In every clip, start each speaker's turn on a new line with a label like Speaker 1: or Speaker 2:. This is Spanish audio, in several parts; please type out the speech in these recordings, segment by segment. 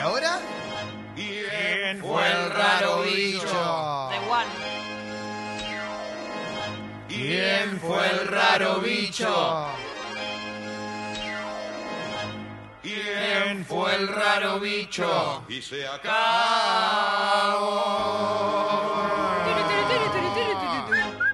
Speaker 1: ahora?
Speaker 2: ¿Quién
Speaker 1: Fue el raro bicho.
Speaker 3: Da igual.
Speaker 1: ¿Quién fue el raro bicho?
Speaker 2: ¿Quién
Speaker 1: Fue el raro bicho.
Speaker 2: Y se acabó.
Speaker 3: Turu, turu, turu, turu, turu, turu, turu.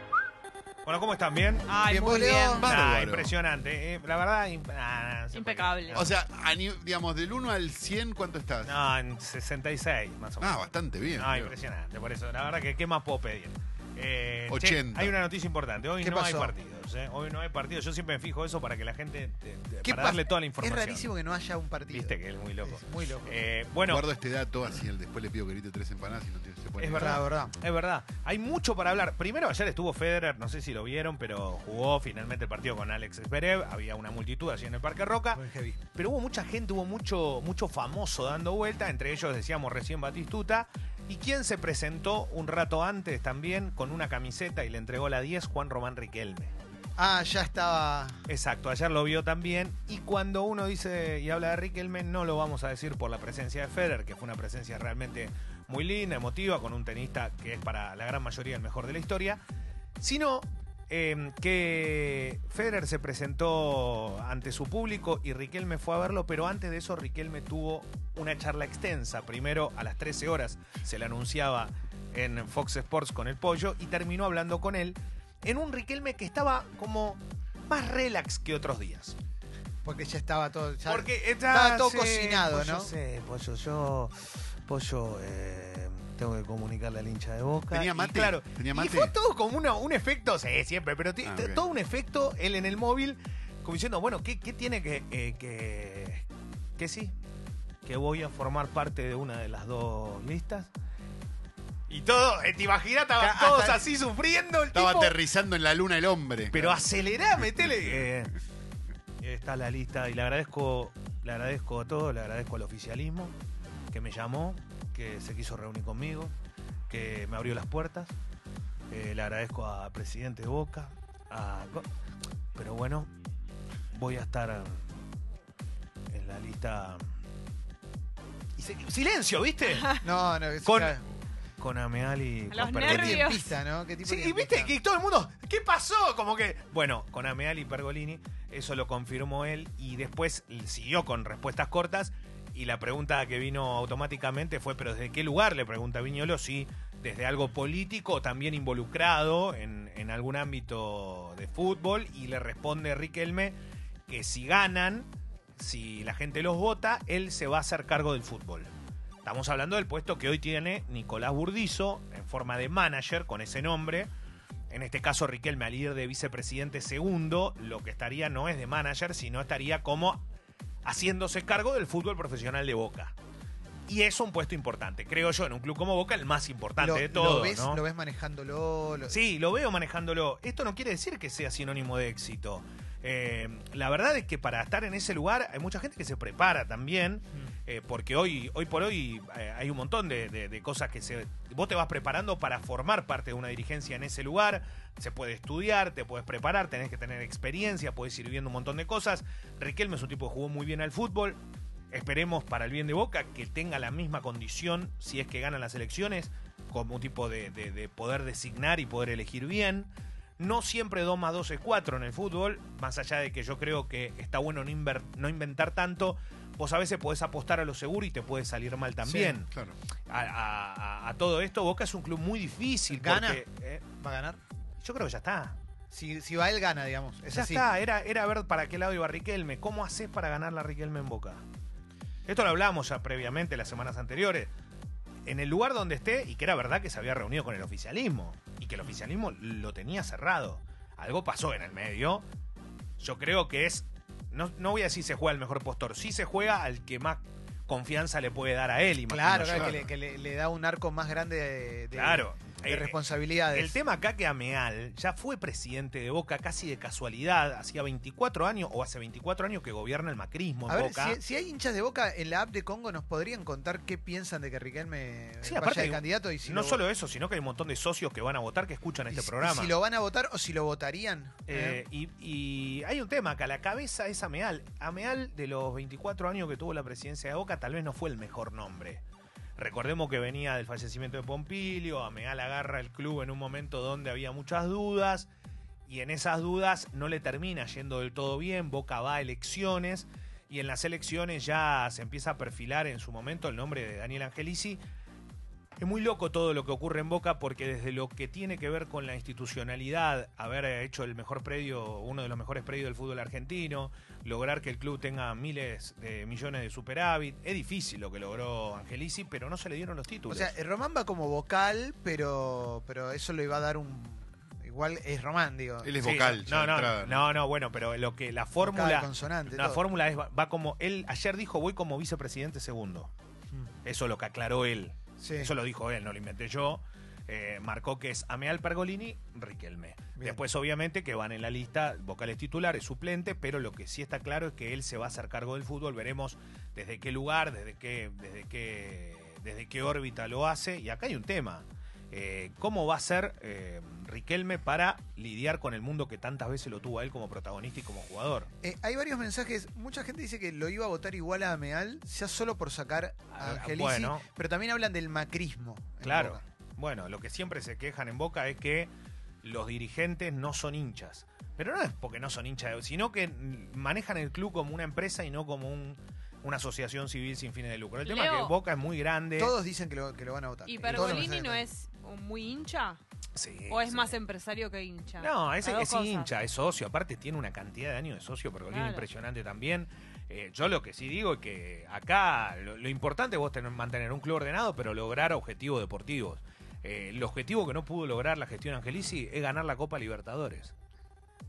Speaker 4: Bueno, ¿cómo están? ¿Bien?
Speaker 3: Ay,
Speaker 1: Bien,
Speaker 3: muy
Speaker 1: Leo.
Speaker 4: Nah,
Speaker 3: bien.
Speaker 5: Bárbaro.
Speaker 4: impresionante. eh. La verdad, imp- nah, no sé por qué.
Speaker 3: Impecable.
Speaker 5: O sea, a ni- digamos, del 1 al 100, ¿cuánto estás?
Speaker 4: No, en 66, más o menos.
Speaker 5: Ah, bastante bien.
Speaker 4: No,
Speaker 5: Leo.
Speaker 4: impresionante, por eso. La verdad que qué más puedo pedir. Eh, che,
Speaker 5: 80.
Speaker 4: hay una noticia importante. Hoy
Speaker 1: ¿Qué
Speaker 4: no hay
Speaker 1: pasó?
Speaker 4: partidos. eh. Hoy no hay partidos. Yo siempre me fijo eso para que la gente. te- te-
Speaker 1: ¿Qué
Speaker 4: para
Speaker 1: pasa?
Speaker 4: darle toda la información.
Speaker 1: Es rarísimo que no haya un partido.
Speaker 4: Viste que es muy loco.
Speaker 1: Es muy loco.
Speaker 4: Eh, bueno,
Speaker 5: Guardo este dato, así el- después le pido que grite tres empanadas y no tiene- se pone.
Speaker 4: Es
Speaker 1: Es verdad, pues, verdad.
Speaker 4: es verdad. Hay mucho para hablar. Primero, ayer estuvo Federer, no sé si lo vieron, pero jugó finalmente el partido con Alex Zverev. Había una multitud allí en el Parque Roca.
Speaker 1: Muy heavy.
Speaker 4: Pero hubo mucha gente, hubo mucho, mucho famoso dando vuelta, entre ellos decíamos recién Batistuta. Y quien se presentó un rato antes también con una camiseta y le entregó la 10, Juan Román Riquelme.
Speaker 1: Ah, ya estaba.
Speaker 4: Exacto, ayer lo vio también. Y cuando uno dice y habla de Riquelme, no lo vamos a decir por la presencia de Federer, que fue una presencia realmente muy linda, emotiva, con un tenista que es para la gran mayoría el mejor de la historia, sino eh, que Federer se presentó ante su público y Riquelme fue a verlo, pero antes de eso Riquelme tuvo una charla extensa. Primero a las 13 horas se le anunciaba en Fox Sports con el pollo y terminó hablando con él en un Riquelme que estaba como más relax que otros días.
Speaker 1: Porque ya estaba todo. ya-
Speaker 4: Porque
Speaker 1: estaba todo cocinado,
Speaker 4: pues
Speaker 6: Pollo,
Speaker 1: ¿no?
Speaker 6: sé, pollo, yo, pollo, eh, tengo que comunicarle al hincha de Boca.
Speaker 5: Tenía
Speaker 4: Y
Speaker 5: mate.
Speaker 4: claro,
Speaker 5: Tenía mate.
Speaker 4: Y fue todo como una- un efecto, sí, siempre, pero ti-
Speaker 5: Ah,
Speaker 4: t-
Speaker 5: ok.
Speaker 4: todo un efecto, él en el móvil, como diciendo, bueno, ¿qué, qué tiene que, eh, que... que sí? Que voy a formar parte de una de las dos listas. Y todo, eh, te imaginas, estaban
Speaker 5: Ca-
Speaker 4: todos
Speaker 5: hasta-
Speaker 4: así sufriendo. El
Speaker 5: Estaba
Speaker 4: tipo,
Speaker 5: aterrizando en la luna el hombre.
Speaker 4: Pero acelerá, metele. Eh, está la lista y le agradezco, le agradezco a todos, le agradezco al oficialismo que me llamó, que se quiso reunir conmigo, que me abrió las puertas. Eh, le agradezco al presidente de Boca. a Co- pero bueno, voy a estar en la lista. Y se- silencio, ¿viste?
Speaker 1: No, no. es-
Speaker 4: Con-
Speaker 1: claro.
Speaker 4: Con Ameal y
Speaker 3: Los
Speaker 4: con
Speaker 1: Qué
Speaker 4: Pergolini.
Speaker 3: nervios.
Speaker 1: tiempista, ¿no? Qué tipo
Speaker 4: Sí, y
Speaker 1: tiempista.
Speaker 4: viste que todo el mundo, ¿qué pasó? Como que, bueno, con Ameal y Pergolini, eso lo confirmó él y después siguió con respuestas cortas y la pregunta que vino automáticamente fue, pero ¿desde qué lugar? Le pregunta Viñolo, si desde algo político, también involucrado en, en algún ámbito de fútbol y le responde Riquelme que si ganan, si la gente los vota, él se va a hacer cargo del fútbol. Estamos hablando del puesto que hoy tiene Nicolás Burdizo en forma de manager con ese nombre. En este caso, Riquelme al ir de vicepresidente segundo, lo que estaría no es de manager, sino estaría como haciéndose cargo del fútbol profesional de Boca. Y es un puesto importante, creo yo, en un club como Boca, el más importante
Speaker 1: Lo,
Speaker 4: de todos.
Speaker 1: lo ves,
Speaker 4: ¿no?
Speaker 1: lo ves manejándolo. lo-
Speaker 4: Sí, lo veo manejándolo. Esto no quiere decir que sea sinónimo de éxito. Eh, la verdad es que para estar en ese lugar hay mucha gente que se prepara también, eh, porque hoy, hoy por hoy eh, hay un montón de, de- de cosas que se, vos te vas preparando para formar parte de una dirigencia en ese lugar. Se puede estudiar, te puedes preparar, tenés que tener experiencia, puedes ir viendo un montón de cosas. Riquelme es un tipo que jugó muy bien al fútbol. Esperemos para el bien de Boca que tenga la misma condición si es que ganan las elecciones como un tipo de, de- de poder designar y poder elegir bien. No siempre 2 más 2 es 4 en el fútbol, más allá de que yo creo que está bueno no, inver- no inventar tanto. Vos a veces podés apostar a lo seguro y te puede salir mal también.
Speaker 5: Claro.
Speaker 4: A, a- a- a todo esto, Boca es un club muy difícil.
Speaker 1: ¿Gana?
Speaker 4: porque, eh,
Speaker 1: ¿Va a ganar?
Speaker 4: yo creo que ya está.
Speaker 1: Si, si va él, gana, digamos. Es
Speaker 4: ya
Speaker 1: así.
Speaker 4: está. Era, era ver para qué lado iba Riquelme. ¿Cómo haces para ganar la Riquelme en Boca? Esto lo hablamos ya previamente las semanas anteriores. En el lugar donde esté, y que era verdad que se había reunido con el oficialismo, y que el oficialismo lo tenía cerrado. Algo pasó en el medio. Yo creo que es. No, no voy a decir se juega el mejor postor, sí se juega al que más confianza le puede dar a él, imagino
Speaker 1: Claro,
Speaker 4: yo.
Speaker 1: claro, que,
Speaker 5: yo.
Speaker 1: le, que le- le da un arco más grande de, de-
Speaker 4: Claro. Eh,
Speaker 6: de responsabilidades.
Speaker 4: El tema acá que Ameal ya fue presidente de Boca casi de casualidad, hacía 24 años o hace 24 años que gobierna el macrismo en
Speaker 6: A ver,
Speaker 4: Boca.
Speaker 6: si, si hay hinchas de Boca en la app de Congo, ¿nos podrían contar qué piensan de que Riquelme
Speaker 4: Sí, aparte
Speaker 6: vaya de
Speaker 4: que
Speaker 6: candidato? Y si
Speaker 4: no
Speaker 6: lo-
Speaker 4: solo eso, sino que hay un montón de socios que van a votar que escuchan
Speaker 6: y
Speaker 4: este
Speaker 6: si- y
Speaker 4: programa.
Speaker 6: Si lo van a votar o si lo votarían. ¿eh?
Speaker 4: Eh, y, y hay un tema acá, la cabeza es Ameal. Ameal, de los 24 años que tuvo la presidencia de Boca, tal vez no fue el mejor nombre. Recordemos que venía del fallecimiento de Pompilio, Ameal agarra el club en un momento donde había muchas dudas, y en esas dudas no le termina yendo del todo bien, Boca va a elecciones, y en las elecciones ya se empieza a perfilar en su momento el nombre de Daniel Angelici, es muy loco todo lo que ocurre en Boca porque desde lo que tiene que ver con la institucionalidad, haber hecho el mejor predio, uno de los mejores predios del fútbol argentino, lograr que el club tenga miles de millones de superávit, es difícil lo que logró Angelici, pero no se le dieron los
Speaker 6: O
Speaker 4: títulos.
Speaker 6: sea, eh, Román va como vocal, pero, pero eso le iba a dar un. Igual es Román, digo.
Speaker 5: Él es
Speaker 4: Sí,
Speaker 5: vocal. ya
Speaker 4: no,
Speaker 5: de
Speaker 4: no,
Speaker 5: entrada,
Speaker 4: no, no, bueno, pero lo que la
Speaker 6: Vocal,
Speaker 4: fórmula,
Speaker 6: consonante.
Speaker 4: la
Speaker 6: todo.
Speaker 4: fórmula es va, va como él ayer dijo voy como vicepresidente segundo.
Speaker 6: Mm.
Speaker 4: Eso es lo que aclaró él.
Speaker 6: Sí.
Speaker 4: Eso lo dijo él, no lo inventé yo. Eh, marcó que es Ameal Pergolini, Riquelme.
Speaker 6: Bien.
Speaker 4: Después, obviamente, que van en la lista vocales titulares, suplente, pero lo que sí está claro es que él se va a hacer cargo del fútbol. Veremos desde qué lugar, desde qué, desde qué, desde qué órbita lo hace. Y acá hay un tema. Eh, ¿Cómo va a ser eh, Riquelme para lidiar con el mundo que tantas veces lo tuvo a él como protagonista y como jugador?
Speaker 6: Eh, hay varios mensajes. Mucha gente dice que lo iba a votar igual a Ameal, ya solo por sacar a
Speaker 4: Ah,
Speaker 6: Angelici.
Speaker 4: bueno.
Speaker 6: Pero también hablan del macrismo. en
Speaker 4: Claro.
Speaker 6: Boca.
Speaker 4: Bueno, lo que siempre se quejan en Boca es que los dirigentes no son hinchas. Pero no es porque no son hinchas, de- sino que mm, manejan el club como una empresa y no como un- una asociación civil sin fines de lucro. El tema es
Speaker 3: Leo.
Speaker 4: que Boca es muy grande.
Speaker 6: Todos dicen que lo, que lo van a votar.
Speaker 3: ¿Y
Speaker 6: Todos los
Speaker 3: Pergolini
Speaker 6: mensajes
Speaker 3: no
Speaker 6: que-
Speaker 3: es muy hincha?
Speaker 4: Sí,
Speaker 3: ¿O es
Speaker 4: sí.
Speaker 3: más empresario que hincha?
Speaker 4: No, es,
Speaker 3: Las dos
Speaker 4: es
Speaker 3: cosas.
Speaker 4: hincha, es socio. Aparte tiene una cantidad de años de socio, pero
Speaker 3: Claro.
Speaker 4: impresionante también. Eh, yo lo que sí digo es que acá lo, lo importante es vos tener- mantener un club ordenado, pero lograr objetivos deportivos. Eh, el objetivo que no pudo lograr la gestión Angelici es ganar la Copa Libertadores.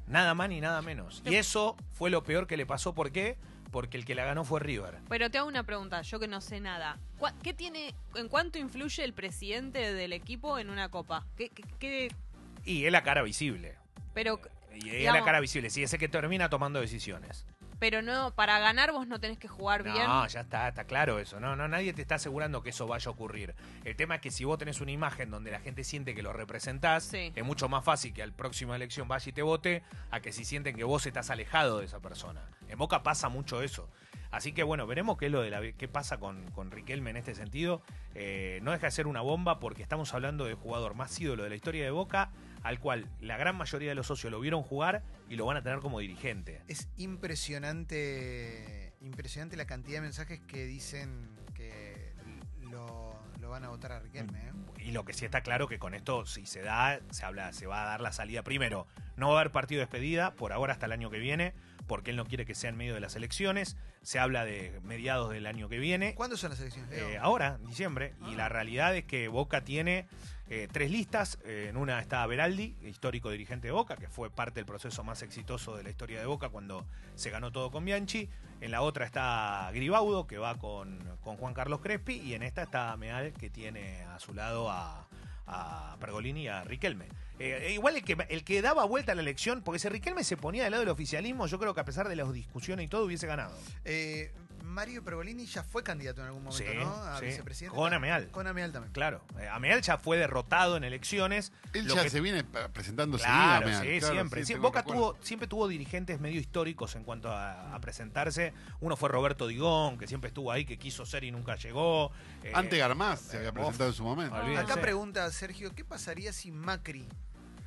Speaker 4: Nada más ni nada menos. Y eso fue lo peor que le pasó. ¿Por qué? Porque el que la ganó fue River.
Speaker 3: Pero te hago una pregunta, yo que no sé nada. ¿Cuá- ¿Qué tiene, ¿En cuánto influye el presidente del equipo en una copa? ¿Qué, qué- qué-
Speaker 4: Y es la cara visible.
Speaker 3: pero,
Speaker 4: Y es
Speaker 3: Digamos-
Speaker 4: la cara visible. Sí, ese que termina tomando decisiones.
Speaker 3: pero no, para ganar vos no tenés que jugar bien.
Speaker 4: No, ya está, está claro eso. No, no, nadie te está asegurando que eso vaya a ocurrir. El tema es que si vos tenés una imagen donde la gente siente que lo representás,
Speaker 3: Sí.
Speaker 4: es mucho más fácil que al próximo elección vaya y te vote a que si sienten que vos estás alejado de esa persona. En Boca pasa mucho eso. Así que bueno, veremos qué es lo de la qué pasa con, con Riquelme en este sentido. Eh, no deja de ser una bomba porque estamos hablando del jugador más ídolo de la historia de Boca, al cual la gran mayoría de los socios lo vieron jugar y lo van a tener como dirigente.
Speaker 6: Es impresionante, impresionante la cantidad de mensajes que dicen que lo, lo van a votar a Riquelme. ¿eh?
Speaker 4: Y lo que sí está claro que con esto, si se da, se habla, se va a dar la salida primero. No va a haber partido de despedida por ahora hasta el año que viene, porque él no quiere que sea en medio de las elecciones. Se habla de mediados del año que viene.
Speaker 6: ¿Cuándo son las elecciones? Leo?
Speaker 4: Eh, ahora, en diciembre. Y la realidad es que Boca tiene eh, tres listas. Eh, en una está Beraldi, histórico dirigente de Boca, que fue parte del proceso más exitoso de la historia de Boca cuando se ganó todo con Bianchi. En la otra está Gribaudo, que va con, con Juan Carlos Crespi. Y en esta está Meal, que tiene a su lado a, a Pergolini y a Riquelme. Eh, eh, igual el que, el que daba vuelta a la elección, porque si Riquelme se ponía del lado del oficialismo, yo creo que a pesar de las discusiones y todo hubiese ganado.
Speaker 6: Eh, Mario Pergolini ya fue candidato en algún momento,
Speaker 4: Sí,
Speaker 6: ¿no? A
Speaker 4: sí.
Speaker 6: vicepresidente.
Speaker 4: Con Ameal.
Speaker 6: Con Ameal también.
Speaker 4: Claro, eh, Ameal ya fue derrotado en elecciones.
Speaker 5: Él
Speaker 4: Lo
Speaker 5: ya
Speaker 4: que-
Speaker 5: se viene pa- presentando
Speaker 4: Claro,
Speaker 5: seguida,
Speaker 4: sí,
Speaker 5: Meal, claro,
Speaker 4: siempre.
Speaker 5: sí,
Speaker 4: Sie-
Speaker 5: tengo
Speaker 4: Boca
Speaker 5: recuerdo.
Speaker 4: tuvo, siempre tuvo dirigentes medio históricos en cuanto a, a presentarse. Uno fue Roberto Digón, que siempre estuvo ahí, que quiso ser y nunca llegó. Eh,
Speaker 5: Ante Garmaz se había
Speaker 4: Boff.
Speaker 5: presentado en su momento.
Speaker 4: Olvídense.
Speaker 6: Acá pregunta Sergio, ¿qué pasaría si Macri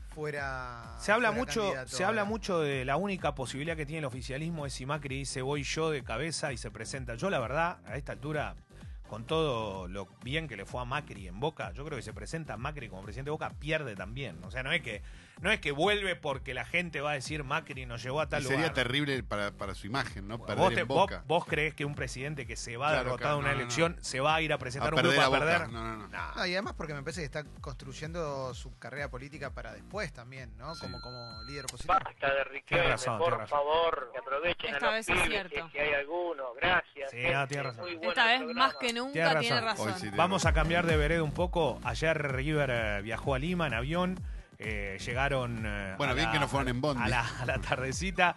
Speaker 6: fuera
Speaker 4: se habla
Speaker 6: fuera
Speaker 4: mucho,
Speaker 6: candidato eh. Ah,
Speaker 4: se habla
Speaker 6: ahora?
Speaker 4: mucho de la única posibilidad que tiene el oficialismo es si Macri dice voy yo de cabeza y se presenta. Yo la verdad, a esta altura, con todo lo bien que le fue a Macri en Boca, yo creo que se presenta Macri como presidente de Boca, pierde también. O sea, no es que, no es que vuelve porque la gente va a decir Macri nos llevó a
Speaker 5: Y
Speaker 4: tal
Speaker 5: sería
Speaker 4: lugar.
Speaker 5: terrible para, para su imagen, ¿no? Perder
Speaker 4: ¿Vos, te-
Speaker 5: en
Speaker 4: vos-
Speaker 5: Boca.
Speaker 4: vos creés que un presidente que se va
Speaker 5: Claro,
Speaker 4: derrotado
Speaker 5: claro,
Speaker 4: en una
Speaker 5: no, no,
Speaker 4: elección se va a ir a
Speaker 5: A
Speaker 4: presentar un
Speaker 5: perder
Speaker 4: grupo
Speaker 5: a
Speaker 4: a
Speaker 5: Boca.
Speaker 4: perder?
Speaker 5: No, no, no.
Speaker 4: Nah.
Speaker 6: No, y además porque me parece que está construyendo su carrera política para después también, ¿no?
Speaker 5: Sí.
Speaker 6: Como, como líder opositor.
Speaker 7: Basta de Riquelme,
Speaker 4: Tiene razón, tiene
Speaker 7: por
Speaker 4: razón.
Speaker 7: favor, que aprovechen
Speaker 3: Esta
Speaker 7: a los
Speaker 3: vez es
Speaker 7: pibes,
Speaker 3: cierto.
Speaker 7: si es que hay alguno, gracias. gracias.
Speaker 4: Sí,
Speaker 7: gente.
Speaker 4: no, tiene razón.
Speaker 7: Muy buen
Speaker 3: Esta vez
Speaker 7: programa.
Speaker 3: más que nunca
Speaker 4: Tiene razón.
Speaker 3: tiene razón.
Speaker 5: Hoy sí.
Speaker 4: Vamos a cambiar de vereda un poco. Ayer River eh, viajó a Lima en avión. eh, llegaron. eh,
Speaker 5: Bueno,
Speaker 4: a
Speaker 5: bien
Speaker 4: la-
Speaker 5: que no fueron en bondi.
Speaker 4: A la, a la tardecita.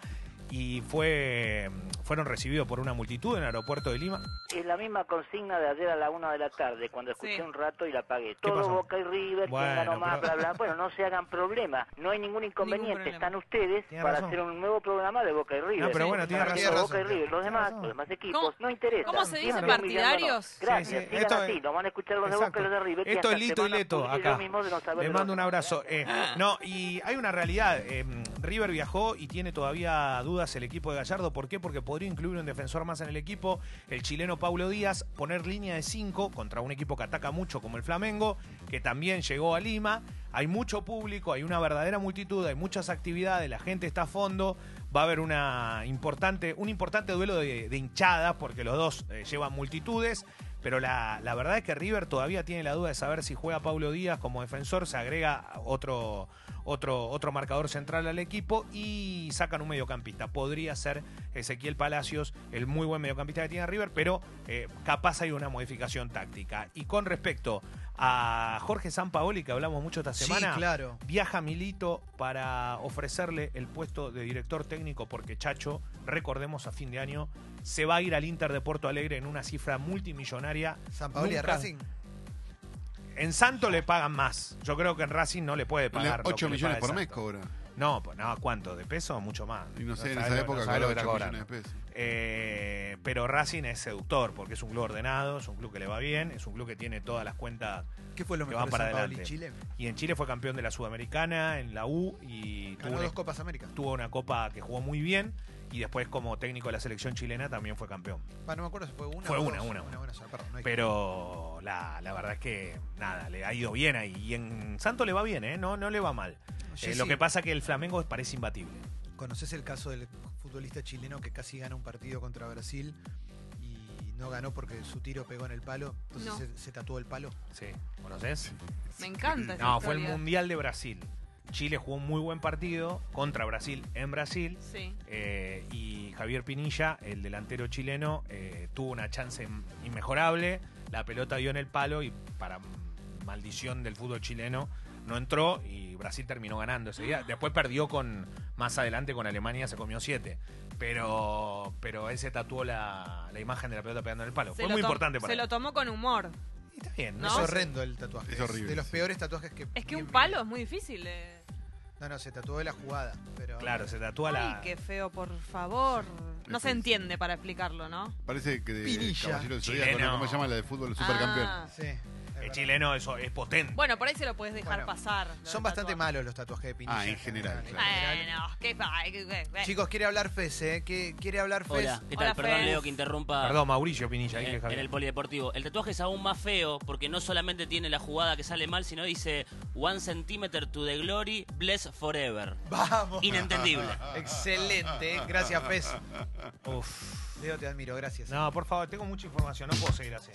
Speaker 4: Y fue, mm, fueron recibidos por una multitud en el aeropuerto de Lima.
Speaker 7: Es la misma consigna de ayer a la una de la tarde, cuando escuché
Speaker 3: Sí.
Speaker 7: un rato y la apagué. Todo
Speaker 4: pasó?
Speaker 7: Boca y River,
Speaker 4: Bueno,
Speaker 7: quién ganó más,
Speaker 4: pero-
Speaker 7: bla, bla. Bueno, no se hagan problema. No hay ningún inconveniente.
Speaker 3: problema.
Speaker 7: Están ustedes
Speaker 4: Tiene
Speaker 7: para
Speaker 4: razón.
Speaker 7: hacer un nuevo programa de Boca y River.
Speaker 4: No, pero bueno, tiene
Speaker 7: Partido
Speaker 6: razón.
Speaker 7: Boca y River. Los
Speaker 4: Tiene
Speaker 7: demás,
Speaker 4: razón.
Speaker 7: los demás equipos,
Speaker 3: ¿Cómo-
Speaker 7: no interesa.
Speaker 3: cómo se
Speaker 7: Sigan
Speaker 3: dice
Speaker 7: humillándonos.
Speaker 3: participados?
Speaker 7: Gracias,
Speaker 4: Sí, sí,
Speaker 7: sigan
Speaker 4: esto
Speaker 7: así.
Speaker 4: es-
Speaker 7: Lo van a escuchar los de Boca y los de River. y
Speaker 4: Esto es
Speaker 7: hasta
Speaker 4: Lito
Speaker 7: se
Speaker 4: y
Speaker 7: van a
Speaker 4: Leto
Speaker 7: pudrir
Speaker 4: acá.
Speaker 7: ellos mismos de no saber
Speaker 4: Le
Speaker 7: de
Speaker 4: mando un
Speaker 7: nosotros.
Speaker 4: abrazo. Eh, no, y hay una realidad. eh, River viajó y tiene todavía dudas el equipo de Gallardo. ¿Por qué? Porque podría incluir un defensor más en el equipo, el chileno Paulo Díaz, poner línea de 5 contra un equipo que ataca mucho como el Flamengo, que también llegó a Lima. Hay mucho público, hay una verdadera multitud, hay muchas actividades, la gente está a fondo. Va a haber una importante, un importante duelo de, de hinchadas porque los dos eh, llevan multitudes. Pero la, la verdad es que River todavía tiene la duda de saber si juega Pablo Díaz como defensor, se agrega otro, otro, otro marcador central al equipo y sacan un mediocampista. Podría ser Ezequiel Palacios, el muy buen mediocampista que tiene River, pero eh, capaz hay una modificación táctica. Y con respecto a Jorge Sampaoli, que hablamos mucho esta
Speaker 6: Sí,
Speaker 4: semana,
Speaker 6: claro.
Speaker 4: viaja Milito para ofrecerle el puesto de director técnico porque Chacho, recordemos a fin de año, se va a ir al Inter de Porto Alegre en una cifra multimillonaria.
Speaker 6: San Paoli a
Speaker 4: Nunca-
Speaker 6: Racing.
Speaker 4: En Santo le pagan más. Yo creo que en Racing no le puede pagar. lo
Speaker 5: 8
Speaker 4: que le
Speaker 5: millones
Speaker 4: paga
Speaker 5: por
Speaker 4: el
Speaker 5: mes
Speaker 4: Santo.
Speaker 5: cobra.
Speaker 4: No, pues no, ¿cuánto? ¿De peso? Mucho más.
Speaker 5: Y no sé, en
Speaker 4: sabe
Speaker 5: esa
Speaker 4: lo-
Speaker 5: época
Speaker 4: no sabe lo que
Speaker 5: cobraba 8
Speaker 4: está
Speaker 5: millones de
Speaker 4: cobrando.
Speaker 5: pesos.
Speaker 4: Eh, pero Racing es seductor porque es un club ordenado, es un club que le va bien, es un club que tiene todas las cuentas.
Speaker 6: ¿Qué fue lo
Speaker 4: Que
Speaker 6: mejor
Speaker 4: van
Speaker 6: de
Speaker 4: para
Speaker 6: San Paoli
Speaker 4: adelante.
Speaker 6: Chile?
Speaker 4: Y en Chile fue campeón de la Sudamericana, en la U y tuvo
Speaker 6: Ganó
Speaker 4: un
Speaker 6: dos Copas América.
Speaker 4: tuvo una copa que jugó muy bien y después como técnico de la selección chilena también fue campeón.
Speaker 6: Pa, no me acuerdo si fue una
Speaker 4: Fue
Speaker 6: o
Speaker 4: una,
Speaker 6: dos.
Speaker 4: una,
Speaker 6: una. una sola, perdón, no hay-
Speaker 4: Pero la, la verdad es que nada, le ha ido bien ahí. Y en Santo le va bien, ¿eh? No, no le va mal. Eh,
Speaker 6: Jessy,
Speaker 4: Lo que pasa que el Flamengo parece imbatible.
Speaker 6: ¿Conoces el caso del futbolista chileno que casi gana un partido contra Brasil y no ganó porque su tiro pegó en el palo? Entonces
Speaker 3: No.
Speaker 6: se, se tatuó el palo.
Speaker 4: Sí. ¿Conoces?
Speaker 3: Me encanta. esa
Speaker 4: No, fue el
Speaker 3: historia.
Speaker 4: Mundial de Brasil. Chile jugó un muy buen partido contra Brasil en Brasil.
Speaker 3: Sí.
Speaker 4: Eh, y Javier Pinilla, el delantero chileno, eh, tuvo una chance in- inmejorable. La pelota dio en el palo y para m- maldición del fútbol chileno no entró y Brasil terminó ganando ese día. Después perdió con más adelante con Alemania, se comió siete. Pero, pero él se tatuó la, la imagen de la pelota pegando en el palo.
Speaker 3: Se
Speaker 4: Fue
Speaker 3: lo
Speaker 4: muy
Speaker 3: tom-
Speaker 4: importante para
Speaker 3: Se
Speaker 4: él.
Speaker 3: lo tomó con humor.
Speaker 4: Y está bien,
Speaker 3: No,
Speaker 6: Es
Speaker 4: Eso-
Speaker 6: horrendo el tatuaje.
Speaker 5: Es horrible,
Speaker 6: de los
Speaker 5: sí.
Speaker 6: peores tatuajes que.
Speaker 3: Es que
Speaker 6: vi en
Speaker 3: un
Speaker 6: mi
Speaker 3: palo
Speaker 6: vida.
Speaker 3: es muy difícil. eh.
Speaker 6: No, no, se tatuó de la jugada. Pero
Speaker 4: Claro, se tatúa la.
Speaker 3: Ay, qué feo, por favor. No se
Speaker 5: Sí, sí.
Speaker 3: entiende para explicarlo, ¿no?
Speaker 5: Parece que de
Speaker 6: Pinilla.
Speaker 5: Caballero del Zodíaco,
Speaker 4: Chileno.
Speaker 5: ¿no? ¿cómo se llama la de fútbol? Supercampeón.
Speaker 3: Ah.
Speaker 6: Sí. es
Speaker 4: El
Speaker 6: verdad.
Speaker 4: chileno eso es potente.
Speaker 3: Bueno, por ahí se lo puedes dejar
Speaker 6: Bueno,
Speaker 3: pasar. lo del
Speaker 6: Son bastante
Speaker 3: tatuaje.
Speaker 6: malos los tatuajes de Pinilla.
Speaker 5: Ah, en general,
Speaker 6: en
Speaker 5: claro.
Speaker 6: general.
Speaker 3: Bueno, qué pa- qué- eh. qué- qué-
Speaker 6: Chicos, quiere hablar Fez, ¿eh? Que- Quiere hablar Fez.
Speaker 8: Hola, ¿qué tal?
Speaker 3: Hola,
Speaker 8: Perdón,
Speaker 3: Fez.
Speaker 8: Leo, que interrumpa
Speaker 4: Perdón, Mauricio Pinilla. ahí
Speaker 8: eh,
Speaker 4: que
Speaker 8: en,
Speaker 4: Javier-
Speaker 8: el polideportivo. El tatuaje es aún más feo porque no solamente tiene la jugada que sale mal, sino dice One centimeter to the glory, bless forever.
Speaker 6: Vamos.
Speaker 8: Inentendible.
Speaker 6: Excelente, ¿eh? gracias Fez.
Speaker 4: Uf.
Speaker 6: Leo, te admiro, gracias.
Speaker 4: No, por favor, tengo mucha información, no puedo seguir así.